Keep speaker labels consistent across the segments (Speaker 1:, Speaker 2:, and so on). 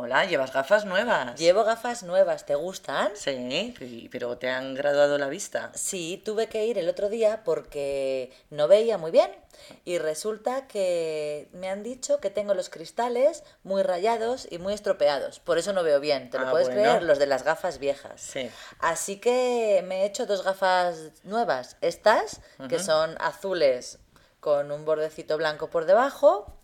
Speaker 1: Hola, llevas gafas nuevas.
Speaker 2: Llevo gafas nuevas, ¿te gustan?
Speaker 1: Sí, y- pero te han graduado la vista.
Speaker 2: Sí, tuve que ir el otro día porque no veía muy bien y resulta que me han dicho que tengo los cristales muy rayados y muy estropeados. Por eso no veo bien, ¿te lo
Speaker 1: Ah,
Speaker 2: puedes
Speaker 1: bueno.
Speaker 2: creer? Los de las gafas viejas.
Speaker 1: Sí.
Speaker 2: Así que me he hecho dos gafas nuevas. Estas, que son azules con un bordecito blanco por debajo,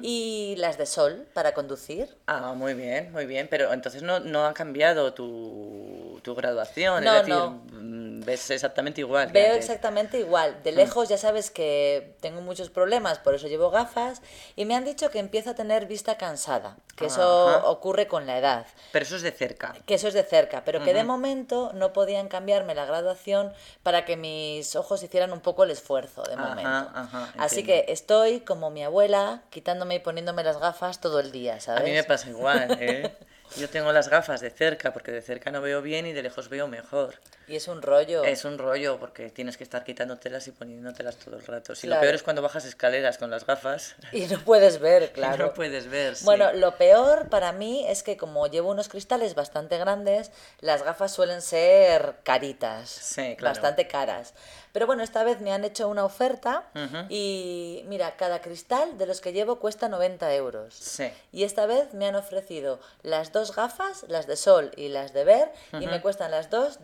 Speaker 2: y las de sol para conducir.
Speaker 1: Ah, muy bien, muy bien. Pero entonces no, no ha cambiado tu, tu graduación.
Speaker 2: No,
Speaker 1: es decir,
Speaker 2: no.
Speaker 1: mm, ves exactamente igual. que
Speaker 2: Veo
Speaker 1: antes.
Speaker 2: exactamente igual.
Speaker 1: Mm.
Speaker 2: De lejos ya sabes que tengo muchos problemas, por eso llevo gafas. Y me han dicho que empiezo a tener vista cansada, que
Speaker 1: Ajá.
Speaker 2: eso ocurre con la edad.
Speaker 1: Pero eso es de cerca.
Speaker 2: que eso es de cerca, pero que de momento no podían cambiarme la graduación para que mis ojos hicieran un poco el esfuerzo de
Speaker 1: Ajá,
Speaker 2: momento.
Speaker 1: ajá,
Speaker 2: Así
Speaker 1: entiendo.
Speaker 2: que estoy como mi abuela, quitándome y poniéndome las gafas todo el día, ¿sabes?
Speaker 1: A mí me pasa igual, ¿eh? Yo tengo las gafas de cerca porque de cerca no veo bien y de lejos veo mejor.
Speaker 2: Y es un rollo.
Speaker 1: Es un rollo porque tienes que estar quitándotelas y poniéndotelas todo el rato. Si lo
Speaker 2: Claro.
Speaker 1: peor es cuando bajas escaleras con las gafas
Speaker 2: Y no puedes ver,
Speaker 1: y
Speaker 2: claro.
Speaker 1: no puedes ver. sí.
Speaker 2: Bueno, lo peor para mí es que como llevo unos cristales bastante grandes, las gafas suelen ser caritas,
Speaker 1: Sí, claro.
Speaker 2: bastante caras. Pero bueno, esta vez me han hecho una oferta
Speaker 1: Ujú.
Speaker 2: y mira, cada cristal de los que llevo cuesta 90 euros.
Speaker 1: Sí.
Speaker 2: Y esta vez me han ofrecido las dos gafas, las de sol y las de ver, y me cuestan las dos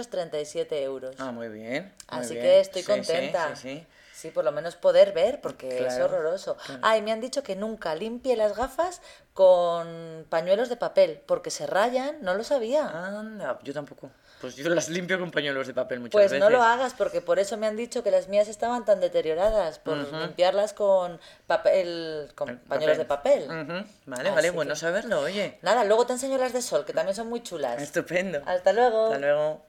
Speaker 2: 237 euros.
Speaker 1: Ah, muy bien. muy
Speaker 2: Así
Speaker 1: bien.
Speaker 2: que estoy
Speaker 1: Sí, sí,
Speaker 2: contenta.
Speaker 1: sí, sí.
Speaker 2: Sí, por lo menos poder ver, porque es
Speaker 1: Claro,
Speaker 2: horroroso. Ah, y me han dicho que nunca limpie las gafas con pañuelos de papel, porque se rayan, no lo
Speaker 1: Ah,
Speaker 2: sabía.
Speaker 1: Anda, yo tampoco. Pues yo las limpio con pañuelos de papel muchas
Speaker 2: pues
Speaker 1: veces.
Speaker 2: no lo hagas, porque por eso me han dicho que las mías estaban tan deterioradas, por limpiarlas con papel, con pañuelos de papel.
Speaker 1: Ujú, Vale, vale,
Speaker 2: Así
Speaker 1: bueno
Speaker 2: que-
Speaker 1: saberlo, oye.
Speaker 2: Nada, luego te enseño las de sol, que también son muy chulas.
Speaker 1: Estupendo.
Speaker 2: Hasta luego.
Speaker 1: Hasta luego.